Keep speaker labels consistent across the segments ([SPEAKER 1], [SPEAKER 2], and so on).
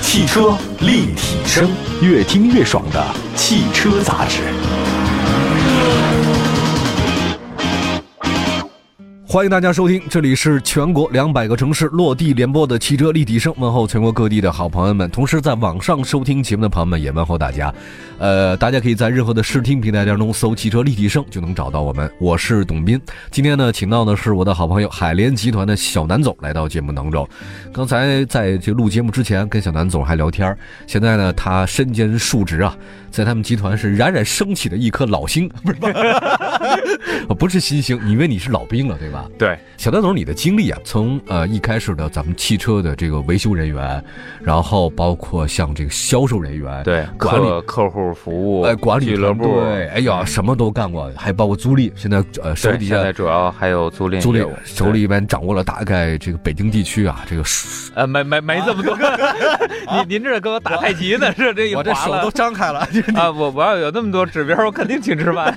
[SPEAKER 1] 汽车立体声，越听越爽的汽车杂志。
[SPEAKER 2] 欢迎大家收听，这里是全国两百个城市落地联播的汽车立体声，问候全国各地的好朋友们，同时在网上收听节目的朋友们也问候大家。呃，大家可以在任何的视听平台当中搜“汽车立体声”就能找到我们。我是董斌，今天呢，请到的是我的好朋友海联集团的小南总来到节目当中。刚才在这录节目之前跟小南总还聊天儿，现在呢，他身兼数职啊，在他们集团是冉冉升起的一颗老星，不是 吧？哦不是新星，你以为你是老兵啊了对吧？
[SPEAKER 3] 对，
[SPEAKER 2] 小戴总，你的经历啊，从呃一开始的咱们汽车的这个维修人员，然后包括像这个销售人员，，
[SPEAKER 3] 对，
[SPEAKER 2] 管理
[SPEAKER 3] 客客户服务，
[SPEAKER 2] 哎，管理
[SPEAKER 3] 俱乐部，
[SPEAKER 2] 对，哎呀，什么都干过，还包括租赁，现在呃手
[SPEAKER 3] 对，
[SPEAKER 2] 底
[SPEAKER 3] 现
[SPEAKER 2] 下
[SPEAKER 3] 在主要还有租赁
[SPEAKER 2] 租
[SPEAKER 3] 业
[SPEAKER 2] 赁
[SPEAKER 3] 务
[SPEAKER 2] 手里，边掌握了大概这个北京地区啊，这个数
[SPEAKER 3] 对呃，没没没这么 多，您您这跟我打太极呢，是这 一
[SPEAKER 2] 我这
[SPEAKER 3] 划
[SPEAKER 2] 手
[SPEAKER 3] 了
[SPEAKER 2] 都张开了， 就是
[SPEAKER 3] 啊，我我要有那么多指标，我肯定请吃饭。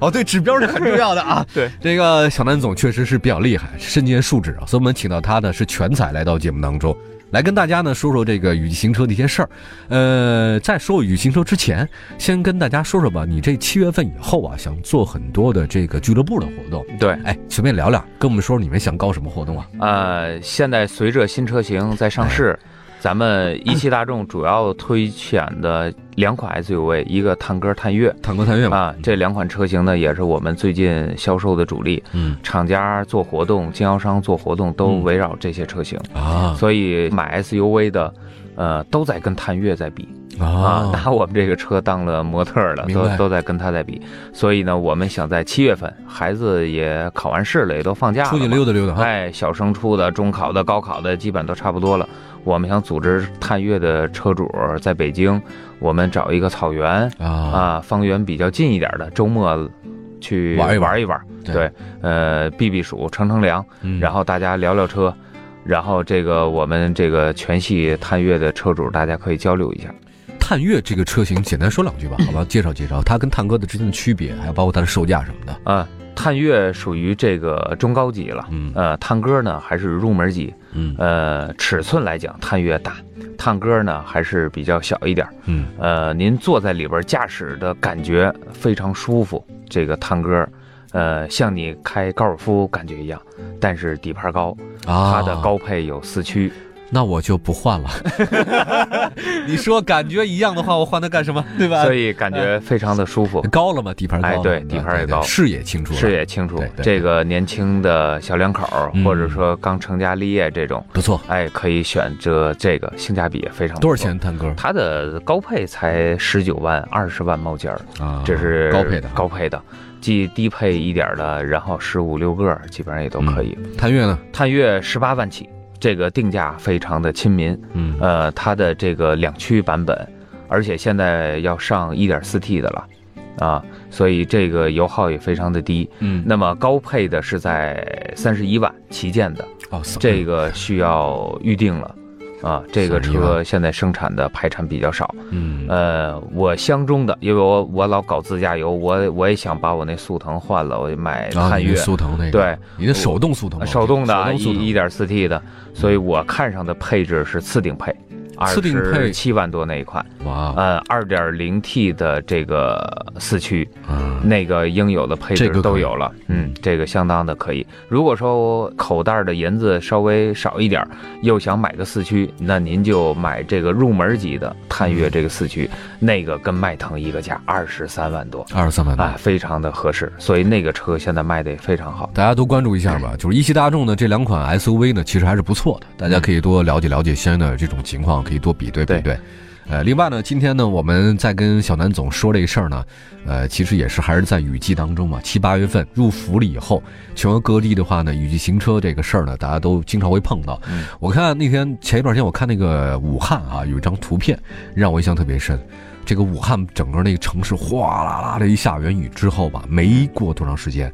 [SPEAKER 2] 哦，对，指标是很重要的 啊。
[SPEAKER 3] 对，
[SPEAKER 2] 这个小南总确实是比较厉害，身兼数职啊，所以我们请到他呢是全才来到节目当中，来跟大家呢说说这个雨季行车的一些事儿。呃，在说雨季行车之前，先跟大家说说吧，你这七月份以后啊，想做很多的这个俱乐部的活动，
[SPEAKER 3] 对，
[SPEAKER 2] 哎，随便聊聊，跟我们说说你们想搞什么活动啊？
[SPEAKER 3] 呃，现在随着新车型在上市，咱们一汽大众主要推选的两款 SUV，一个探歌、探岳
[SPEAKER 2] 坦克探岳嘛，
[SPEAKER 3] 啊，这两款车型呢，也是我们最近销售的主力。
[SPEAKER 2] 嗯
[SPEAKER 3] 厂家做活动，经销商做活动，都
[SPEAKER 2] 嗯
[SPEAKER 3] 围绕这些车型。
[SPEAKER 2] 啊
[SPEAKER 3] 所以买 SUV 的，呃，都在跟探岳在比 啊，
[SPEAKER 2] 啊，
[SPEAKER 3] 拿我们这个车当了模特儿了，
[SPEAKER 2] 明
[SPEAKER 3] 都
[SPEAKER 2] 白
[SPEAKER 3] 都在跟他在比。所以呢，我们想在七月份，孩子也考完试了，也都放假了，
[SPEAKER 2] 出去溜达溜达哈。
[SPEAKER 3] 哎，小升初的、中考的、高考的，基本都差不多了。我们想组织探岳的车主在北京，我们找一个草原
[SPEAKER 2] 啊，
[SPEAKER 3] 啊，方圆比较近一点的，周末去
[SPEAKER 2] 玩一玩
[SPEAKER 3] 玩一玩，
[SPEAKER 2] 对
[SPEAKER 3] 对，呃，避避暑、乘乘凉，
[SPEAKER 2] 嗯
[SPEAKER 3] 然后大家聊聊车，然后这个我们这个全系探岳的车主，大家可以交流一下。
[SPEAKER 2] 探岳这个车型，简单说两句吧，好吧，
[SPEAKER 3] 嗯
[SPEAKER 2] 介绍介绍它跟探戈的之间的区别，还有包括它的售价什么的。
[SPEAKER 3] 啊，探岳属于这个中高级了，
[SPEAKER 2] 嗯
[SPEAKER 3] 呃，探歌呢还是入门级，
[SPEAKER 2] 嗯
[SPEAKER 3] 呃，尺寸来讲探岳大，探歌呢还是比较小一点儿。
[SPEAKER 2] 嗯
[SPEAKER 3] 呃，您坐在里边驾驶的感觉非常舒服，这个探戈。呃，像你开高尔夫感觉一样，但是底盘高，
[SPEAKER 2] 啊，
[SPEAKER 3] 它的，高配有四驱，
[SPEAKER 2] 那我就不换了。 你说感觉一样的话，我换它干什么？对吧
[SPEAKER 3] 所以感觉非常的舒服。
[SPEAKER 2] 高了嘛，底盘高了，
[SPEAKER 3] 哎对
[SPEAKER 2] 那
[SPEAKER 3] 底盘也
[SPEAKER 2] 对
[SPEAKER 3] 高
[SPEAKER 2] 视野清楚了，
[SPEAKER 3] 视野清楚
[SPEAKER 2] 对对，
[SPEAKER 3] 这个年轻的小两口儿
[SPEAKER 2] 嗯，
[SPEAKER 3] 或者说刚成家立业这种，
[SPEAKER 2] 不错。
[SPEAKER 3] 哎，可以选择这个，性价比也非常不
[SPEAKER 2] 多
[SPEAKER 3] 错
[SPEAKER 2] 少？钱探戈
[SPEAKER 3] 它的高配才十九万、二十万冒尖儿，
[SPEAKER 2] 啊
[SPEAKER 3] 哦这是
[SPEAKER 2] 高配的
[SPEAKER 3] 高配的，既低配一点儿的，然后十五六个儿基本上也都可以。
[SPEAKER 2] 探岳呢？
[SPEAKER 3] 探岳十八万起，这个定价非常的亲民。
[SPEAKER 2] 嗯
[SPEAKER 3] 呃，它的这个两驱版本，而且现在要上 1.4T 的了，啊，所以这个油耗也非常的低。
[SPEAKER 2] 嗯
[SPEAKER 3] 那么高配的是在三十一万旗舰的，
[SPEAKER 2] 哦，三
[SPEAKER 3] 这个需要预定了。啊，这个
[SPEAKER 2] 31
[SPEAKER 3] 车
[SPEAKER 2] 万
[SPEAKER 3] 现在生产的排产比较少。
[SPEAKER 2] 嗯
[SPEAKER 3] 呃，我相中的，因为我我老搞自驾游，我我也想把我那速腾换了，我就买
[SPEAKER 2] 啊，
[SPEAKER 3] 探
[SPEAKER 2] 你
[SPEAKER 3] 岳
[SPEAKER 2] 的，速腾那个，，
[SPEAKER 3] 对，
[SPEAKER 2] 你的手动速腾吗，
[SPEAKER 3] 手动的，
[SPEAKER 2] 手动
[SPEAKER 3] 一一
[SPEAKER 2] 速
[SPEAKER 3] 点四 T 的，所以我看上的配置是次顶配，二
[SPEAKER 2] 次顶配哦
[SPEAKER 3] 十七万多那一款，
[SPEAKER 2] 腾，哇，
[SPEAKER 3] 呃，二点零 T 的这个四驱，
[SPEAKER 2] 啊
[SPEAKER 3] 那个应有的配
[SPEAKER 2] 这
[SPEAKER 3] 置
[SPEAKER 2] 个可以
[SPEAKER 3] 都有了，嗯，这个相当的可以。如果说口袋的银子稍微少一点儿，又想买个四驱，那您就买这个入门级的探岳这个四驱，那个跟迈腾一个价，二十三万多。
[SPEAKER 2] 二十三万多
[SPEAKER 3] 啊，。非常的合适，所以那个车现在卖的也非常好。
[SPEAKER 2] 大家多关注一下吧。就是一汽大众的这两款 SUV 呢，其实还是不错的，大家可以多了解了解相应的这种情况，可以多比对比
[SPEAKER 3] 对
[SPEAKER 2] 对。呃，另外呢，今天呢，我们在跟小南总说这个事儿呢，呃，其实也是还是在雨季当中嘛，七八月份入伏了以后，全国各地的话呢，雨季行车这个事儿呢，大家都经常会碰到。
[SPEAKER 3] 嗯
[SPEAKER 2] 我看那天前一段时间，我看那个武汉啊，有一张图片让我印象特别深。这个武汉整个那个城市哗啦啦的一下完雨之后吧，啊没过多长时间，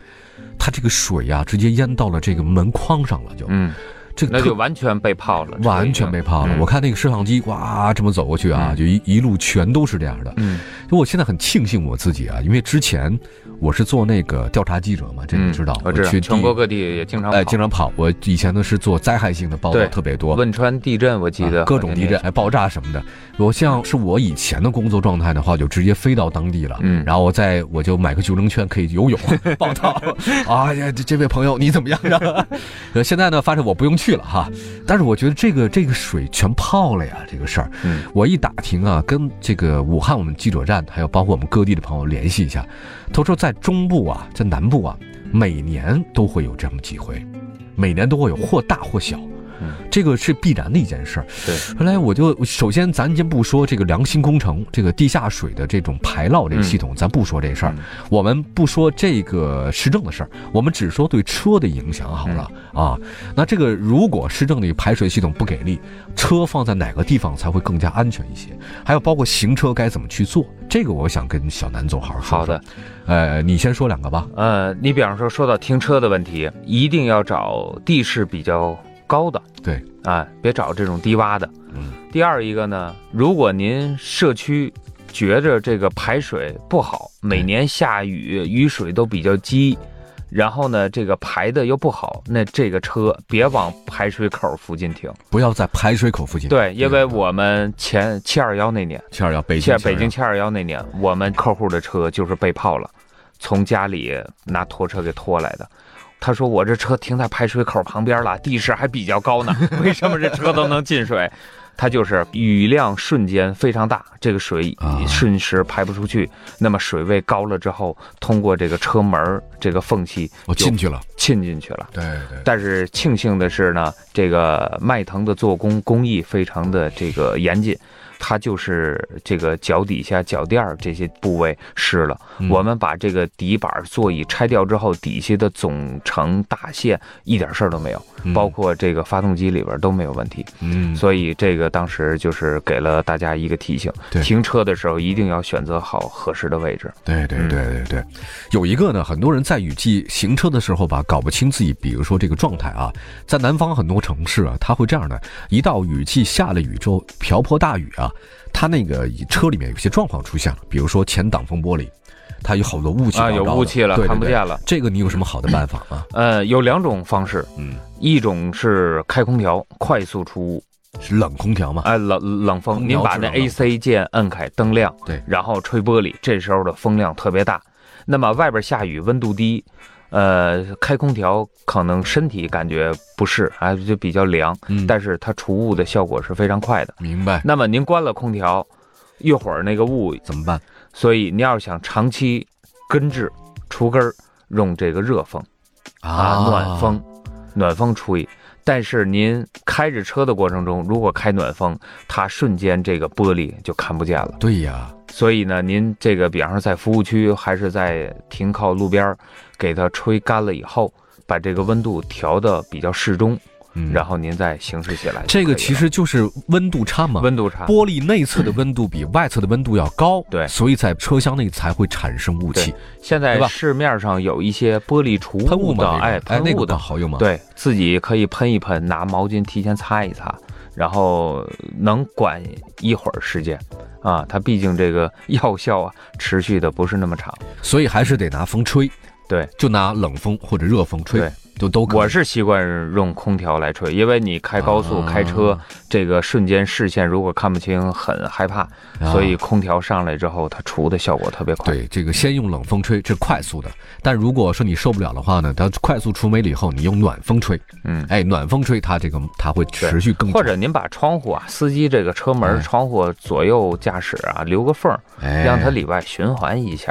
[SPEAKER 2] 它这个水呀、直接淹到了这个门框上了就，
[SPEAKER 3] 嗯，
[SPEAKER 2] 这个
[SPEAKER 3] 那
[SPEAKER 2] 特
[SPEAKER 3] 就完全被泡了，
[SPEAKER 2] 完全被泡了。
[SPEAKER 3] 嗯
[SPEAKER 2] 我看那个摄像机哇这么走过去啊，
[SPEAKER 3] 嗯
[SPEAKER 2] 就一一路全都是这样的。
[SPEAKER 3] 嗯
[SPEAKER 2] 就我现在很庆幸我自己啊，因为之前我是做那个调查记者嘛，这你
[SPEAKER 3] 嗯，
[SPEAKER 2] 知道，
[SPEAKER 3] 我知道
[SPEAKER 2] 去
[SPEAKER 3] 全
[SPEAKER 2] 地
[SPEAKER 3] 国各地也经常
[SPEAKER 2] 哎
[SPEAKER 3] 跑
[SPEAKER 2] 经常跑。我以前呢是做灾害性的报道
[SPEAKER 3] 对
[SPEAKER 2] 特别多，
[SPEAKER 3] 汶川地震，我记得
[SPEAKER 2] 啊各种地震、，哎爆炸什么的。我像是我以前的工作状态的话，就直接飞到当地了，
[SPEAKER 3] 嗯
[SPEAKER 2] 然后我再我就买个救生圈可以游泳 报道。啊呀，这这位朋友你怎么样啊？ 呃现在呢，发现我不用去了哈，但是我觉得这个这个水全泡了呀，这个事儿。
[SPEAKER 3] 嗯
[SPEAKER 2] 我一打听啊，跟这个武汉我们记者站，还有包括我们各地的朋友联系一下，都说在中部啊，在南部啊，每年都会有这么几回，每年都会有或大或小。
[SPEAKER 3] 嗯
[SPEAKER 2] 这个是必然的一件事儿。
[SPEAKER 3] 对，
[SPEAKER 2] 后来我就首先咱先不说这个良心工程，这个地下水的这种排涝这个系统，咱不说这事儿，
[SPEAKER 3] 嗯
[SPEAKER 2] 我们不说这个市政的事儿，我们只说对车的影响好了、
[SPEAKER 3] 嗯
[SPEAKER 2] 啊。那这个如果市政的排水系统不给力，车放在哪个地方才会更加安全一些？还有包括行车该怎么去做，这个我想跟小南总好好说。
[SPEAKER 3] 好的，，
[SPEAKER 2] 呃，你先说两个吧。
[SPEAKER 3] 呃，你比方说说到停车的问题，一定要找地势比较高的，
[SPEAKER 2] 对，
[SPEAKER 3] 啊，别找这种低洼的。
[SPEAKER 2] 嗯
[SPEAKER 3] 第二一个呢，如果您社区觉着这个排水不好，每年下雨，雨水都比较积。然后呢，这个排的又不好，那这个车别往排水口附近停。
[SPEAKER 2] 不要在排水口附近。嗯
[SPEAKER 3] 对，因为我们前七二幺那年，
[SPEAKER 2] 七二幺北
[SPEAKER 3] 切
[SPEAKER 2] 京
[SPEAKER 3] 北京
[SPEAKER 2] 721
[SPEAKER 3] 七二幺那年，我们客户的车就是被泡了，从家里拿拖车给拖来的。他说我这车停在排水口旁边了，地势还比较高呢，为什么这车都能进水？它就是雨量瞬间非常大，这个水
[SPEAKER 2] 啊
[SPEAKER 3] 瞬时排不出去，那么水位高了之后，通过这个车门儿这个缝隙
[SPEAKER 2] 我进去了。
[SPEAKER 3] 浸进去了。
[SPEAKER 2] 对对，
[SPEAKER 3] 但是庆幸的是呢，这个迈腾的做工工艺非常的这个严谨，它就是这个脚底下、脚垫儿这些部位湿了。
[SPEAKER 2] 嗯
[SPEAKER 3] 我们把这个底板、座椅拆掉之后，底下的总成大线一点事儿都没有，
[SPEAKER 2] 嗯
[SPEAKER 3] 包括这个发动机里边都没有问题。
[SPEAKER 2] 嗯，
[SPEAKER 3] 所以这个当时就是给了大家一个提醒
[SPEAKER 2] 对：
[SPEAKER 3] 停车的时候一定要选择好合适的位置。
[SPEAKER 2] 对对
[SPEAKER 3] 嗯
[SPEAKER 2] 对对对，有一个呢，很多人在雨季行车的时候吧，搞不清自己，比如说这个状态啊，在南方很多城市啊，它会这样的，一到雨季下了雨之后，瓢泼大雨啊，它那个车里面有些状况出现了，比如说前挡风玻璃，它有好多雾气
[SPEAKER 3] 啊，
[SPEAKER 2] 缭
[SPEAKER 3] 有
[SPEAKER 2] 绕的
[SPEAKER 3] 雾气了，
[SPEAKER 2] 对对
[SPEAKER 3] 看不
[SPEAKER 2] 对
[SPEAKER 3] 见了。
[SPEAKER 2] 这个你有什么好的办法吗？
[SPEAKER 3] 呃，有两种方式，
[SPEAKER 2] 嗯，
[SPEAKER 3] 一种是开空调快速出屋，
[SPEAKER 2] 是嗯冷空调吗？
[SPEAKER 3] 哎、冷冷风，
[SPEAKER 2] 空调
[SPEAKER 3] 您把那
[SPEAKER 2] 制冷
[SPEAKER 3] AC 键摁开，灯亮，
[SPEAKER 2] 对
[SPEAKER 3] 然后吹玻璃，这时候的风量特别大。那么外边下雨，温度低，呃，开空调可能身体感觉不适，啊，就比较凉，
[SPEAKER 2] 嗯，
[SPEAKER 3] 但是它除雾的效果是非常快的。
[SPEAKER 2] 明白
[SPEAKER 3] 那么您关了空调，一会儿那个雾，
[SPEAKER 2] 怎么办？
[SPEAKER 3] 所以您要是想长期根治除根儿，用这个热风。啊，暖风，暖风吹。但是您开着车的过程中，如果开暖风，它瞬间这个玻璃就看不见了。
[SPEAKER 2] 对呀，
[SPEAKER 3] 所以呢，您这个比方说在服务区还是在停靠路边儿，给它吹干了以后，把这个温度调的比较适中，
[SPEAKER 2] 嗯，
[SPEAKER 3] 然后您再行驶起来就可以了。
[SPEAKER 2] 这个其实就是温度差嘛，
[SPEAKER 3] 温度差，
[SPEAKER 2] 玻璃内侧的温度比外侧的温度要高，
[SPEAKER 3] 嗯对
[SPEAKER 2] 所以在车厢内才会产生雾气，
[SPEAKER 3] 现
[SPEAKER 2] 对吧
[SPEAKER 3] 在市面上有一些玻璃除
[SPEAKER 2] 喷
[SPEAKER 3] 雾
[SPEAKER 2] 雾
[SPEAKER 3] 的，
[SPEAKER 2] 嘛，那
[SPEAKER 3] 哎，
[SPEAKER 2] 个哎
[SPEAKER 3] 喷
[SPEAKER 2] 那
[SPEAKER 3] 雾
[SPEAKER 2] 个
[SPEAKER 3] 的
[SPEAKER 2] 倒，好用嘛，，
[SPEAKER 3] 对自己可以喷一喷，拿毛巾提前擦一擦，然后能管一会儿时间，啊，它毕竟这个药效啊，持续的不是那么长。
[SPEAKER 2] 所以还是得拿风吹，
[SPEAKER 3] 对，
[SPEAKER 2] 就拿冷风或者热风吹，
[SPEAKER 3] 对
[SPEAKER 2] 就都可以。
[SPEAKER 3] 我是习惯用空调来吹，因为你开高速、
[SPEAKER 2] 啊
[SPEAKER 3] 开车，这个瞬间视线如果看不清，很害怕，
[SPEAKER 2] 啊
[SPEAKER 3] 所以空调上来之后，它除的效果特别快。
[SPEAKER 2] 对这个先用冷风吹，这是快速的，但如果说你受不了的话呢，它快速除霉了以后，你用暖风吹，
[SPEAKER 3] 嗯。
[SPEAKER 2] 哎，暖风吹它这个它会持续更
[SPEAKER 3] 或
[SPEAKER 2] 长
[SPEAKER 3] 者您把窗户啊，司机这个车门
[SPEAKER 2] 哎
[SPEAKER 3] 窗户左右驾驶啊留个缝儿，
[SPEAKER 2] 哎
[SPEAKER 3] 让它里外循环一下。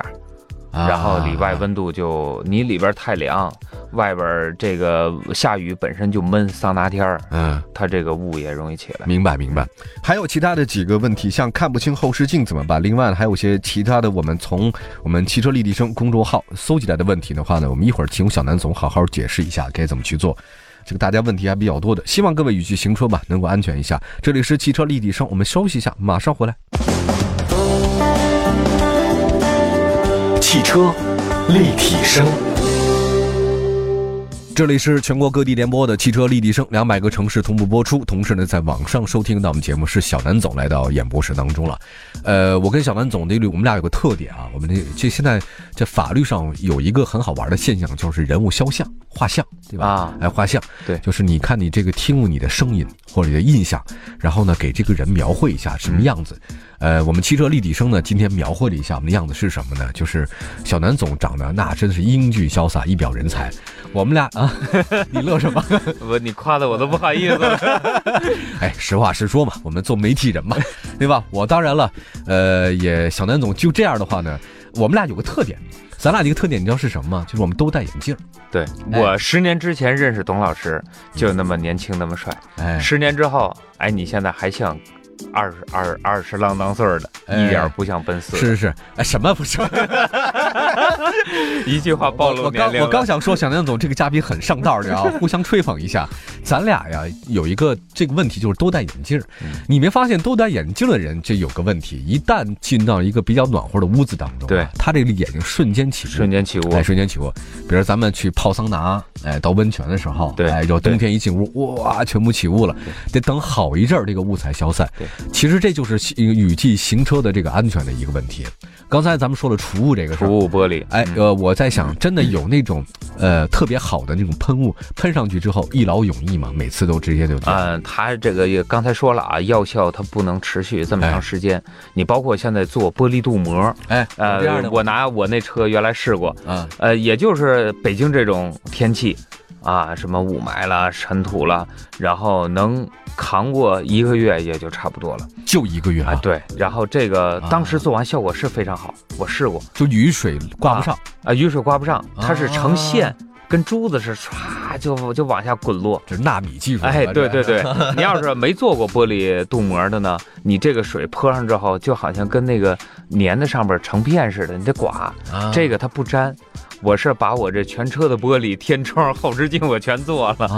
[SPEAKER 2] 啊
[SPEAKER 3] 然后里外温度就你里边太凉，外边这个下雨本身就闷，桑拿天儿，
[SPEAKER 2] 嗯。
[SPEAKER 3] 它这个雾也容易起来。
[SPEAKER 2] 明白明白，还有其他的几个问题，像看不清后视镜怎么办？另外还有一些其他的，我们从我们汽车立体声公众号搜集来的问题的话呢，我们一会儿请小南总好好解释一下该怎么去做。这个大家问题还比较多的，希望各位雨季行车吧能够安全一下。这里是汽车立体声，我们休息一下，马上回来。
[SPEAKER 1] 汽车立体声。
[SPEAKER 2] 这里是全国各地联播的汽车立体声，两百个城市同步播出。同时呢，在网上收听到我们节目是小南总来到演播室当中了。呃，我跟小南总这里我们俩有个特点啊，我们这这现在这法律上有一个很好玩的现象，就是人物肖像、画像，对吧？
[SPEAKER 3] 啊
[SPEAKER 2] 哎，画像，
[SPEAKER 3] 对
[SPEAKER 2] 就是你看你这个听过你的声音或者你的印象，然后呢给这个人描绘一下什么样子。呃，我们汽车立体声呢，今天描绘了一下我们的样子是什么呢？就是小南总长得那真是英俊潇洒，一表人才。我们俩啊， 你乐 什么？
[SPEAKER 3] 我你夸的我都不好意思了。
[SPEAKER 2] 哎，实话实说嘛，我们做媒体人嘛，对吧？我当然了，呃，也小南总就这样的话呢，我们俩有个特点，咱俩这个特点你知道是什么吗？就是我们都戴眼镜儿。
[SPEAKER 3] 对
[SPEAKER 2] 哎
[SPEAKER 3] 我十年之前认识董老师，就那么年轻那么帅。
[SPEAKER 2] 哎，
[SPEAKER 3] 十年之后，哎，你现在还像二十二二十郎当岁儿的，
[SPEAKER 2] 哎
[SPEAKER 3] 一点儿不像奔四。
[SPEAKER 2] 是是是，哎，什么不 是？
[SPEAKER 3] 一句话暴
[SPEAKER 2] 我
[SPEAKER 3] 露
[SPEAKER 2] 我刚
[SPEAKER 3] 年龄了
[SPEAKER 2] 我刚想说，小梁总这个嘉宾很上道的 啊，互相吹捧一下。咱俩呀有一个这个问题就是都戴眼镜儿，
[SPEAKER 3] 嗯
[SPEAKER 2] 你没发现都戴眼镜的人这有个问题，一旦进到一个比较暖和的屋子当中啊，
[SPEAKER 3] 对
[SPEAKER 2] 他这个眼睛瞬间起雾，
[SPEAKER 3] 瞬间起雾，
[SPEAKER 2] 哎，瞬间起雾。比如咱们去泡桑拿，哎，到温泉的时候，
[SPEAKER 3] 对
[SPEAKER 2] 哎，然后冬天一进屋，哇，全部起雾了，得等好一阵儿，这个雾才消散。
[SPEAKER 3] 对，
[SPEAKER 2] 其实这就是一个雨季行车的这个安全的一个问题。刚才咱们说了除雾这个事
[SPEAKER 3] 除
[SPEAKER 2] 儿。
[SPEAKER 3] 雾玻璃。
[SPEAKER 2] 哎，
[SPEAKER 3] 嗯
[SPEAKER 2] 呃，我在想，真的有那种，呃，特别好的那种喷雾，喷上去之后一劳永逸嘛，每次都直接就掉
[SPEAKER 3] 啊，它这个也刚才说了啊，药效它不能持续这么
[SPEAKER 2] 哎
[SPEAKER 3] 长时间。你包括现在做玻璃镀膜，
[SPEAKER 2] 哎，
[SPEAKER 3] 呃
[SPEAKER 2] 有这样的，
[SPEAKER 3] 我拿我那车原来试过，
[SPEAKER 2] 啊，
[SPEAKER 3] 呃，也就是北京这种天气啊，什么雾霾啦、尘土啦，然后能扛过一个月也就差不多了
[SPEAKER 2] 就一个月
[SPEAKER 3] 啊。
[SPEAKER 2] 啊，
[SPEAKER 3] 对，然后这个
[SPEAKER 2] 啊
[SPEAKER 3] 当时做完效果是非常好，我试过
[SPEAKER 2] 就雨水挂不上，
[SPEAKER 3] 啊，雨水刮不上，它是成
[SPEAKER 2] 啊
[SPEAKER 3] 线，跟珠子是唰就就往下滚落。
[SPEAKER 2] 这是纳米技术。
[SPEAKER 3] 哎，对对
[SPEAKER 2] 对。
[SPEAKER 3] 对，你要是没做过玻璃镀膜的呢，你这个水泼上之后，就好像跟那个粘在上边成片似的，你得刮。
[SPEAKER 2] 啊
[SPEAKER 3] 这个它不粘，我是把我这全车的玻璃、天窗、后视镜我全做了。啊，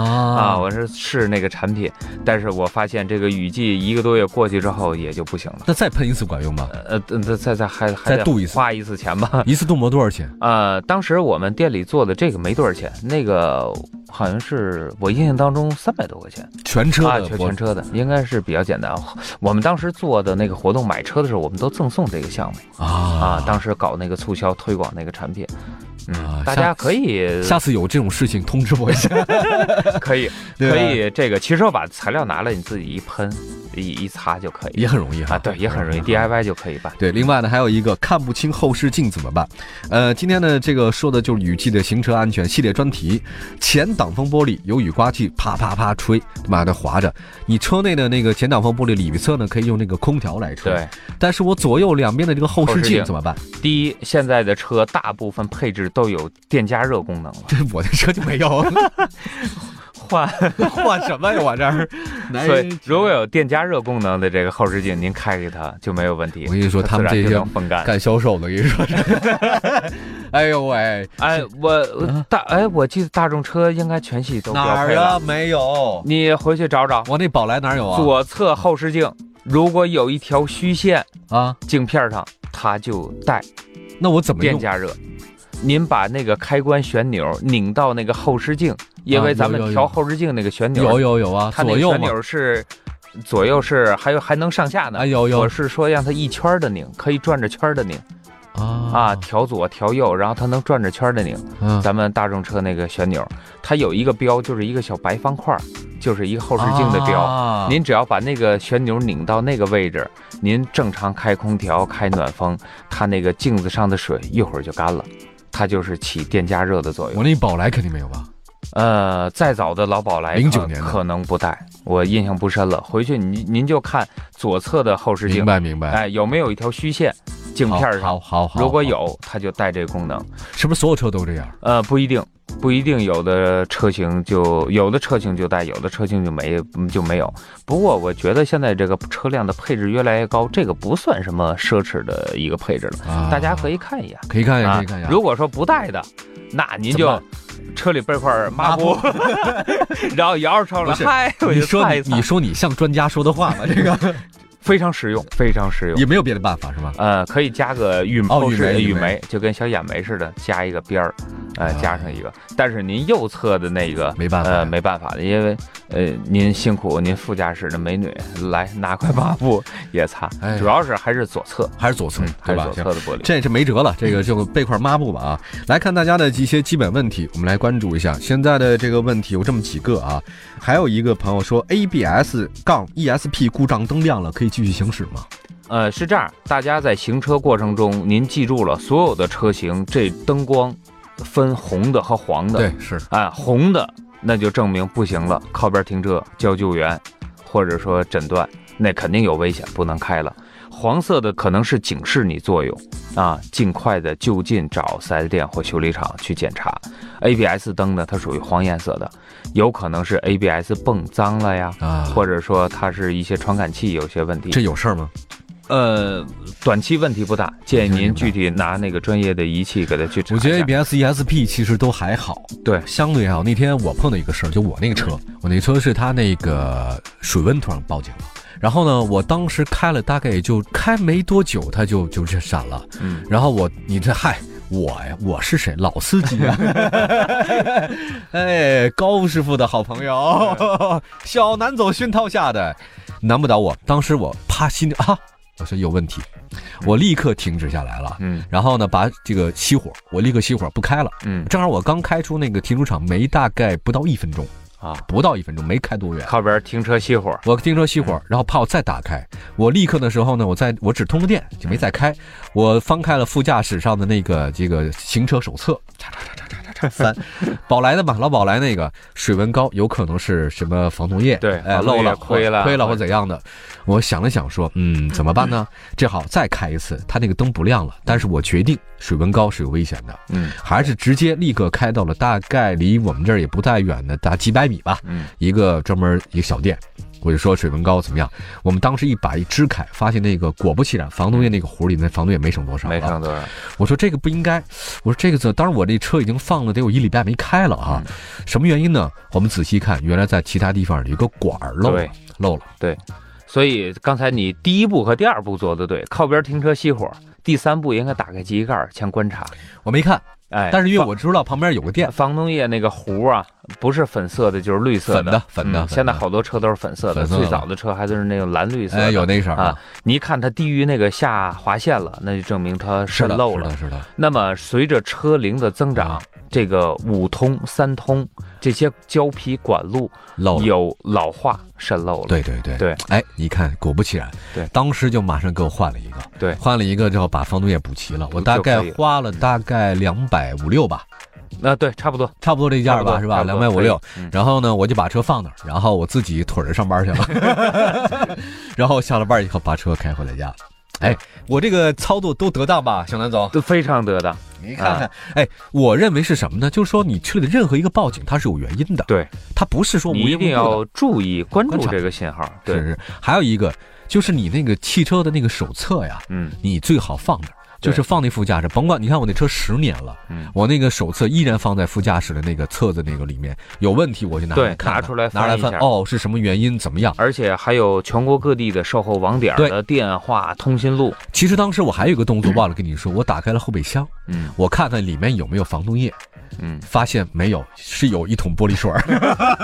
[SPEAKER 2] 啊，
[SPEAKER 3] 我是试那个产品，但是我发现这个雨季一个多月过去之后也就不行了。
[SPEAKER 2] 那再喷一次管用吗？
[SPEAKER 3] 呃，再再再还还
[SPEAKER 2] 再
[SPEAKER 3] 得
[SPEAKER 2] 镀一次
[SPEAKER 3] 花一次钱吧。
[SPEAKER 2] 一次镀膜多少钱？
[SPEAKER 3] 呃，当时我们店里做的这个没多少钱，那个好像是我印象当中三百多块钱。
[SPEAKER 2] 全车
[SPEAKER 3] 啊，
[SPEAKER 2] 的
[SPEAKER 3] 全
[SPEAKER 2] 我
[SPEAKER 3] 全车的应该是比较简单。我们当时做的那个活动，买车的时候我们都赠送这个项目啊
[SPEAKER 2] 啊，
[SPEAKER 3] 当时搞那个促销推广那个产品，
[SPEAKER 2] 啊
[SPEAKER 3] 嗯，大
[SPEAKER 2] 下
[SPEAKER 3] 家可 以
[SPEAKER 2] 下次有这种事情通知我一 下。
[SPEAKER 3] 可 以
[SPEAKER 2] 对啊吧
[SPEAKER 3] 可以这个，其实我把材料拿了，你自己一喷一一擦就可 以
[SPEAKER 2] 也很容易哈
[SPEAKER 3] 啊，对，也很容易
[SPEAKER 2] 哈
[SPEAKER 3] DIY 就可以办。
[SPEAKER 2] 对，另外呢，还有一个看不清后视镜怎么办？呃，今天呢，这个说的就是雨季的行车安全系列专题。前挡风玻璃有雨刮器，啪啪啪吹，妈的划着。你车内的那个前挡风玻璃里侧呢，可以用那个空调来吹。
[SPEAKER 3] 对，，
[SPEAKER 2] 但是我左右两边的这个后视
[SPEAKER 3] 后视
[SPEAKER 2] 镜
[SPEAKER 3] 镜
[SPEAKER 2] 怎么办？
[SPEAKER 3] 第一，现在的车大部分配置都有电加热功能了，
[SPEAKER 2] 这我的车就没有，
[SPEAKER 3] 换，
[SPEAKER 2] 换哎什么呀？我这儿，
[SPEAKER 3] 所以如果有电加热功能的这个后视镜，您开开它就没有问题。
[SPEAKER 2] 我跟你说
[SPEAKER 3] 它
[SPEAKER 2] 他们
[SPEAKER 3] 自然
[SPEAKER 2] 这
[SPEAKER 3] 就
[SPEAKER 2] 些
[SPEAKER 3] 能风 干。
[SPEAKER 2] 干销售的，跟你说 是。哎呦喂，
[SPEAKER 3] 哎，我
[SPEAKER 2] 嗯
[SPEAKER 3] 呃大哎，我记得大众车应该全系都
[SPEAKER 2] 哪
[SPEAKER 3] 标
[SPEAKER 2] 儿
[SPEAKER 3] 配
[SPEAKER 2] 啊
[SPEAKER 3] 了，
[SPEAKER 2] 没有？
[SPEAKER 3] 你回去找找，
[SPEAKER 2] 我那宝来哪儿有啊？
[SPEAKER 3] 左侧后视镜如果有一条虚线，
[SPEAKER 2] 啊，
[SPEAKER 3] 镜片上它就带
[SPEAKER 2] 那我怎么
[SPEAKER 3] 电
[SPEAKER 2] 用？
[SPEAKER 3] 加热。您把那个开关旋钮拧到那个后视镜，因为咱
[SPEAKER 2] 啊有有
[SPEAKER 3] 们
[SPEAKER 2] 有
[SPEAKER 3] 调后视镜那个旋钮，
[SPEAKER 2] 有有有啊，
[SPEAKER 3] 它那
[SPEAKER 2] 左
[SPEAKER 3] 个
[SPEAKER 2] 右
[SPEAKER 3] 旋
[SPEAKER 2] 嘛，
[SPEAKER 3] 钮是左右是还有还能上下呢
[SPEAKER 2] 啊。有有
[SPEAKER 3] 我是说让它一圈儿的拧，可以转着圈儿的拧啊，
[SPEAKER 2] 啊
[SPEAKER 3] 调左调右，然后它能转着圈儿的拧。
[SPEAKER 2] 啊
[SPEAKER 3] 咱们大众车那个旋钮，它有一个标，就是一个小白方块儿，就是一个后视镜的标。
[SPEAKER 2] 啊
[SPEAKER 3] 您只要把那个旋钮拧到那个位置，您正常开空调、开暖风，它那个镜子上的水一会儿就干了，它就是起电加热的作用。
[SPEAKER 2] 我那宝来肯定没有吧？
[SPEAKER 3] 呃，再早的老宝来
[SPEAKER 2] 09
[SPEAKER 3] 可
[SPEAKER 2] 年的
[SPEAKER 3] 可能不带，我印象不深了。回去您您就看左侧的后视
[SPEAKER 2] 明
[SPEAKER 3] 镜，
[SPEAKER 2] 白明白。
[SPEAKER 3] 哎，有没有一条虚线镜
[SPEAKER 2] 好
[SPEAKER 3] 片儿
[SPEAKER 2] 好
[SPEAKER 3] 上？
[SPEAKER 2] 好好，
[SPEAKER 3] 如果
[SPEAKER 2] 好，
[SPEAKER 3] 有，它就带这个功能。
[SPEAKER 2] 是不是所有车都这样？
[SPEAKER 3] 呃，不一定，不一定，有的车型就有的车型就带，有的车型就没嗯就没有。不过我觉得现在这个车辆的配置越来越高，这个不算什么奢侈的一个配置了，
[SPEAKER 2] 啊
[SPEAKER 3] 大家可以看一眼
[SPEAKER 2] 可以看一下，
[SPEAKER 3] 啊
[SPEAKER 2] 可以看一下。
[SPEAKER 3] 如果说不带的，那您就
[SPEAKER 2] 怎
[SPEAKER 3] 车里备块抹布， 然后摇着窗
[SPEAKER 2] 不
[SPEAKER 3] 帘，
[SPEAKER 2] 是
[SPEAKER 3] 嗨，我
[SPEAKER 2] 你
[SPEAKER 3] 就
[SPEAKER 2] 说
[SPEAKER 3] 擦一
[SPEAKER 2] 你
[SPEAKER 3] 擦
[SPEAKER 2] 你说你像专家说的话吧，这 个
[SPEAKER 3] 非常实用，非常实用
[SPEAKER 2] 也。没有别的办法是吧？
[SPEAKER 3] 呃，可以加个玉
[SPEAKER 2] 哦
[SPEAKER 3] 后
[SPEAKER 2] 玉
[SPEAKER 3] 视
[SPEAKER 2] 梅玉
[SPEAKER 3] 玉
[SPEAKER 2] 梅
[SPEAKER 3] 梅，就跟小眼眉似的，加一个边儿，呃，
[SPEAKER 2] 啊
[SPEAKER 3] 加上一个。但是您右侧的那个
[SPEAKER 2] 没办法
[SPEAKER 3] 呃，没办法的，因为呃，您辛苦您副驾驶的美女来拿块抹布也擦
[SPEAKER 2] 哎，
[SPEAKER 3] 主要是还是左侧，
[SPEAKER 2] 还是左侧
[SPEAKER 3] 嗯，，
[SPEAKER 2] 对
[SPEAKER 3] 还是
[SPEAKER 2] 吧
[SPEAKER 3] 左？侧
[SPEAKER 2] 行
[SPEAKER 3] 的玻璃。
[SPEAKER 2] 这是没辙了，这个就备块抹布吧啊！来看大家的一些基本问题，我们来关注一下现在的这个问题有这么几个啊。还有一个朋友说，ABS 杠 ESP 故障灯亮了，可以继续行驶吗？
[SPEAKER 3] 呃，是这样，大家在行车过程中，您记住了，所有的车型这灯光分红的和黄的，，
[SPEAKER 2] 是
[SPEAKER 3] 啊，红的那就证明不行了，靠边停车叫救援，或者说诊断，那肯定有危险，不能开了。黄色的可能是警示你作用啊，尽快的就近找 4S 店或修理厂去检查。ABS 灯呢，它属于黄颜色的，有可能是 ABS 泵脏了呀，
[SPEAKER 2] 啊，
[SPEAKER 3] 或者说它是一些传感器有些问题。
[SPEAKER 2] 这有事儿吗？
[SPEAKER 3] 呃，短期问题不大，建议您具体拿那个专业的仪器给它去查
[SPEAKER 2] 我
[SPEAKER 3] 一下。
[SPEAKER 2] 觉得 ABS、ESP 其实都还好，
[SPEAKER 3] 哎对嗯
[SPEAKER 2] 相对还好。那天我碰到一个事儿，就我那个车，我那车是它那个水温突然报警了。然后呢，我当时开了大概也就开没多久，它就就这闪了。
[SPEAKER 3] 嗯，
[SPEAKER 2] 然后我，你这嗨，我呀，我是谁？老司机 啊！哎，高师傅的好朋
[SPEAKER 3] 嗯
[SPEAKER 2] 友， 小南走熏陶下的，难不倒我。当时我啪心里啊，我说有问题，我立刻停止下来了。
[SPEAKER 3] 嗯
[SPEAKER 2] 然后呢，把这个熄火，我立刻熄火不开了。
[SPEAKER 3] 嗯
[SPEAKER 2] 正好我刚开出那个停车场没大概不到一分钟，
[SPEAKER 3] 啊，
[SPEAKER 2] 不到一分钟没开多远，
[SPEAKER 3] 靠边停车熄火。
[SPEAKER 2] 我停车熄火，然后怕我再打开，我立刻的时候呢，我在我只通个电就没再开，我翻开了副驾驶上的那个这个行车手册，叉叉叉叉叉叉叉三，宝来的嘛，老宝来那个水温高，有可能是什么防冻液
[SPEAKER 3] 对
[SPEAKER 2] 哎
[SPEAKER 3] 防冻
[SPEAKER 2] 漏
[SPEAKER 3] 液
[SPEAKER 2] 了
[SPEAKER 3] 亏了
[SPEAKER 2] 亏了或怎样的，我想了想说，嗯，怎么办呢？这好再开一次，它那个灯不亮了，但是我决定水温高是有危险的，
[SPEAKER 3] 嗯
[SPEAKER 2] 还是直接立刻开到了大概离我们这儿也不太远的，打几百米吧，
[SPEAKER 3] 嗯
[SPEAKER 2] 一个专门一个小店，我就说水温高怎么样？我们当时一把一支开，发现那个果不其然，防冻液那个壶里那防冻液没剩多，少，啊
[SPEAKER 3] 没剩。多少。
[SPEAKER 2] 我说这个不应该，我说这个怎？当然我这车已经放了得有一礼拜没开了啊，什么原因呢？我们仔细看，原来在其他地方有一个管儿漏了
[SPEAKER 3] 对，
[SPEAKER 2] 漏了。
[SPEAKER 3] 所以刚才你第一步和第二步做的对，靠边停车熄火。第三步应该打开机盖儿先观察。
[SPEAKER 2] 我没看，
[SPEAKER 3] 哎，
[SPEAKER 2] 但是因为
[SPEAKER 3] 防
[SPEAKER 2] 我知道旁边有个店，
[SPEAKER 3] 防冻液那个壶啊，不是粉色的，就是绿色
[SPEAKER 2] 粉的粉的
[SPEAKER 3] 嗯
[SPEAKER 2] 粉的
[SPEAKER 3] 现在好多车都是粉色的，
[SPEAKER 2] 粉色的
[SPEAKER 3] 最早的车还都是那种蓝绿色的。
[SPEAKER 2] 哎，有那色儿
[SPEAKER 3] 啊，，你一看它低于那个下划线了，那就证明它
[SPEAKER 2] 是的，
[SPEAKER 3] 漏
[SPEAKER 2] 是
[SPEAKER 3] 了
[SPEAKER 2] 的，。是的，
[SPEAKER 3] 那么随着车龄的增长
[SPEAKER 2] 啊，
[SPEAKER 3] 这个五通、三通这些胶皮管路
[SPEAKER 2] 漏了。
[SPEAKER 3] 有老化渗漏了。
[SPEAKER 2] 对对对
[SPEAKER 3] 对，
[SPEAKER 2] 哎，你看，果不其然，
[SPEAKER 3] 对
[SPEAKER 2] 当时就马上给我换了一个，
[SPEAKER 3] 对
[SPEAKER 2] 换了一个之后把防冻液补齐了，我大概
[SPEAKER 3] 就可以了
[SPEAKER 2] 花了大概两百五六吧，
[SPEAKER 3] 那啊对，差不多。
[SPEAKER 2] 差不多这价儿吧，是吧？
[SPEAKER 3] 差
[SPEAKER 2] 两
[SPEAKER 3] 不
[SPEAKER 2] 百
[SPEAKER 3] 多
[SPEAKER 2] 五六，。
[SPEAKER 3] 可以嗯
[SPEAKER 2] 然后呢，我就把车放那儿，然后我自己腿儿上班去了， 然后下了班以后把车开回了家。哎，我这个操作都得当吧，小南总？
[SPEAKER 3] 都非常得当，
[SPEAKER 2] 你看
[SPEAKER 3] 啊
[SPEAKER 2] 看，哎，我认为是什么呢？就是说你去了任何一个报警，它是有原因的，
[SPEAKER 3] 对，
[SPEAKER 2] 它不是说无
[SPEAKER 3] 你
[SPEAKER 2] 缘
[SPEAKER 3] 一
[SPEAKER 2] 无故
[SPEAKER 3] 定
[SPEAKER 2] 的。
[SPEAKER 3] 要注意关
[SPEAKER 2] 观
[SPEAKER 3] 注
[SPEAKER 2] 察
[SPEAKER 3] 这个信号。
[SPEAKER 2] 是
[SPEAKER 3] 对，
[SPEAKER 2] 是，还有一个就是你那个汽车的那个手册呀，
[SPEAKER 3] 嗯
[SPEAKER 2] 你最好放那儿，
[SPEAKER 3] 对
[SPEAKER 2] 就是放那副驾驶，甭管你看我那车十年了，
[SPEAKER 3] 嗯，
[SPEAKER 2] 我那个手册依然放在副驾驶的那个册子那个里面，有问题我就拿
[SPEAKER 3] 对
[SPEAKER 2] 来看看
[SPEAKER 3] 拿出来
[SPEAKER 2] 拿
[SPEAKER 3] 翻
[SPEAKER 2] 出来
[SPEAKER 3] 一
[SPEAKER 2] 翻，
[SPEAKER 3] 下
[SPEAKER 2] 哦，是什么原因，怎么样？
[SPEAKER 3] 而且还有全国各地的售后网点儿
[SPEAKER 2] 对
[SPEAKER 3] 的电话通讯录。
[SPEAKER 2] 其实当时我还有一个动作忘了跟你说，我打开了后备箱，
[SPEAKER 3] 嗯
[SPEAKER 2] 我看看里面有没有防冻液，
[SPEAKER 3] 嗯，
[SPEAKER 2] 发现没有，是有一桶玻璃水 儿。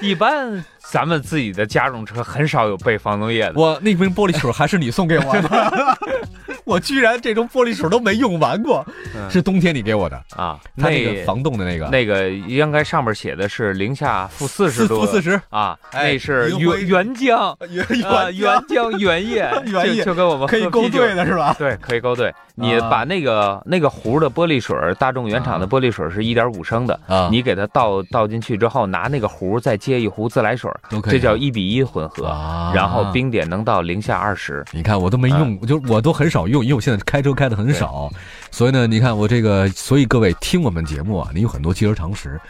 [SPEAKER 3] 一般咱们自己的家用车很少有备防冻液的。
[SPEAKER 2] 我那瓶玻璃水还是你送给我的， 我居然这种玻璃水都没用完过，
[SPEAKER 3] 嗯
[SPEAKER 2] 是冬天你给我的，
[SPEAKER 3] 啊，
[SPEAKER 2] 它
[SPEAKER 3] 那
[SPEAKER 2] 那个防冻的那个，
[SPEAKER 3] 那个应该上面写的是零下负四十度
[SPEAKER 2] 负四十。
[SPEAKER 3] 啊，
[SPEAKER 2] 哎
[SPEAKER 3] 那是
[SPEAKER 2] 银灰
[SPEAKER 3] 原原浆，
[SPEAKER 2] 原，
[SPEAKER 3] 啊 原浆 原液
[SPEAKER 2] 原液
[SPEAKER 3] 就就跟我们喝啤酒
[SPEAKER 2] 的是吧？
[SPEAKER 3] 对，可以勾兑。你
[SPEAKER 2] 啊
[SPEAKER 3] 把那个那个壶的玻璃水儿，大众原厂的玻璃水儿是一点五升的，
[SPEAKER 2] 啊，
[SPEAKER 3] 你给它倒倒进去之后，拿那个壶再接一壶自来水儿，
[SPEAKER 2] 都可以，
[SPEAKER 3] 这叫一比一混合。
[SPEAKER 2] 啊。
[SPEAKER 3] 然后冰点能到零下二十，
[SPEAKER 2] 你看我都没用，
[SPEAKER 3] 啊
[SPEAKER 2] 就我都很少用，因为我现在开车开的很少，所以呢，你看我这个，所以各位听我们节目啊，你有很多汽车常识。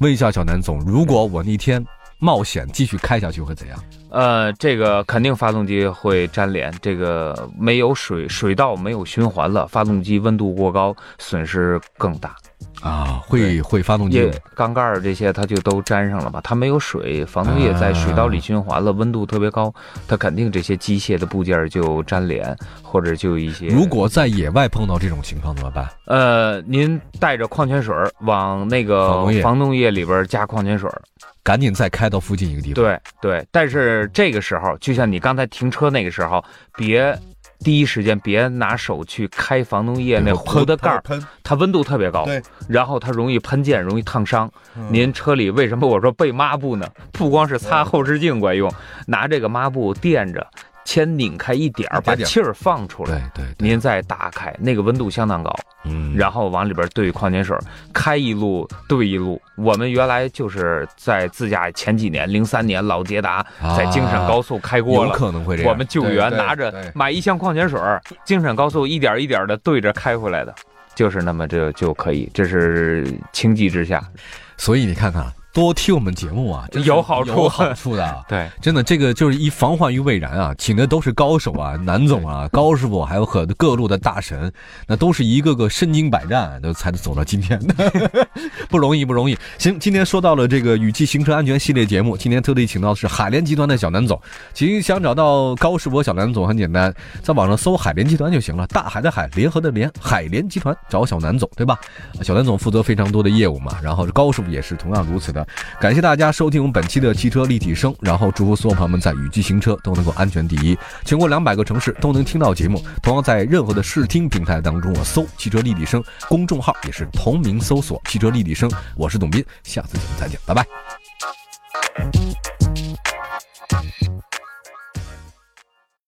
[SPEAKER 2] 问一下小南总，如果我那天冒险继续开下去会怎样？
[SPEAKER 3] 呃，这个肯定发动机会粘连，这个没有水水道没有循环了，发动机温度过高，损失更大。
[SPEAKER 2] 啊，会会发动机
[SPEAKER 3] 液缸盖儿这些它就都粘上了吧？它没有水，防冻液在水道
[SPEAKER 2] 啊
[SPEAKER 3] 里循环了，温度特别高，它肯定这些机械的部件儿就粘连，或者就一些。
[SPEAKER 2] 如果在野外碰到这种情况怎么办？
[SPEAKER 3] 呃，您带着矿泉水儿往那
[SPEAKER 2] 防
[SPEAKER 3] 个
[SPEAKER 2] 冻液
[SPEAKER 3] 防冻液里边儿加矿泉水儿，
[SPEAKER 2] 赶紧再开到附近一个地方。
[SPEAKER 3] 对对。但是这个时候，就像你刚才停车那个时候，别第一时间别拿手去开防冻液那
[SPEAKER 2] 对
[SPEAKER 3] 壶的盖儿，
[SPEAKER 4] 喷，
[SPEAKER 3] 它温度特别高，
[SPEAKER 4] 对，
[SPEAKER 3] 然后它容易喷溅，容易烫伤。
[SPEAKER 4] 嗯
[SPEAKER 3] 您车里为什么我说备抹布呢？不光是擦后视镜管用，拿这个抹布垫着，先拧开一点儿，
[SPEAKER 2] 一点
[SPEAKER 3] 把
[SPEAKER 2] 点
[SPEAKER 3] 气儿放出
[SPEAKER 2] 对
[SPEAKER 3] 来。
[SPEAKER 2] 对对，
[SPEAKER 3] 您再打开，那个温度相当高，
[SPEAKER 2] 嗯，
[SPEAKER 3] 然后往里边兑矿泉水，开一路兑一路。我们原来就是在自驾前几年，零三年老捷达
[SPEAKER 2] 啊
[SPEAKER 3] 在京沈高速开过
[SPEAKER 2] 有
[SPEAKER 3] 了，
[SPEAKER 2] 可能会这样。
[SPEAKER 3] 我们救援
[SPEAKER 4] 对对
[SPEAKER 3] 拿着
[SPEAKER 4] 对
[SPEAKER 3] 买一箱矿泉水，京沈高速一点一点的对着开回来的，就是那么这就可以，这是情急之下，
[SPEAKER 2] 所以你看看，多听我们节目啊，真是
[SPEAKER 3] 有好处
[SPEAKER 2] 有好处的啊。
[SPEAKER 3] 对。
[SPEAKER 2] 真的，这个就是一防患于未然啊！请的都是高手啊，南总啊，高师傅，还有很多各路的大神，那都是一个个身经百战，都才走到今天的， 不容易，不容易。行，今天说到了这个雨季行车安全系列节目，今天特地请到的是海联集团的小南总。其实想找到高师傅、小南总很简单，呃在网上搜海联集团就行了，大海的海，联合的联，海联集团找小南总，对吧？小南总负责非常多的业务嘛，然后高师傅也是同样如此的。感谢大家收听我们本期的汽车立体声，然后祝福所有朋友们在雨季行车都能够安全第一。全国两百个城市都能听到节目，同样在任何的视听平台当中啊，搜“汽车立体声”公众号也是同名搜索“汽车立体声”，我是董斌，下次节目再见，拜拜。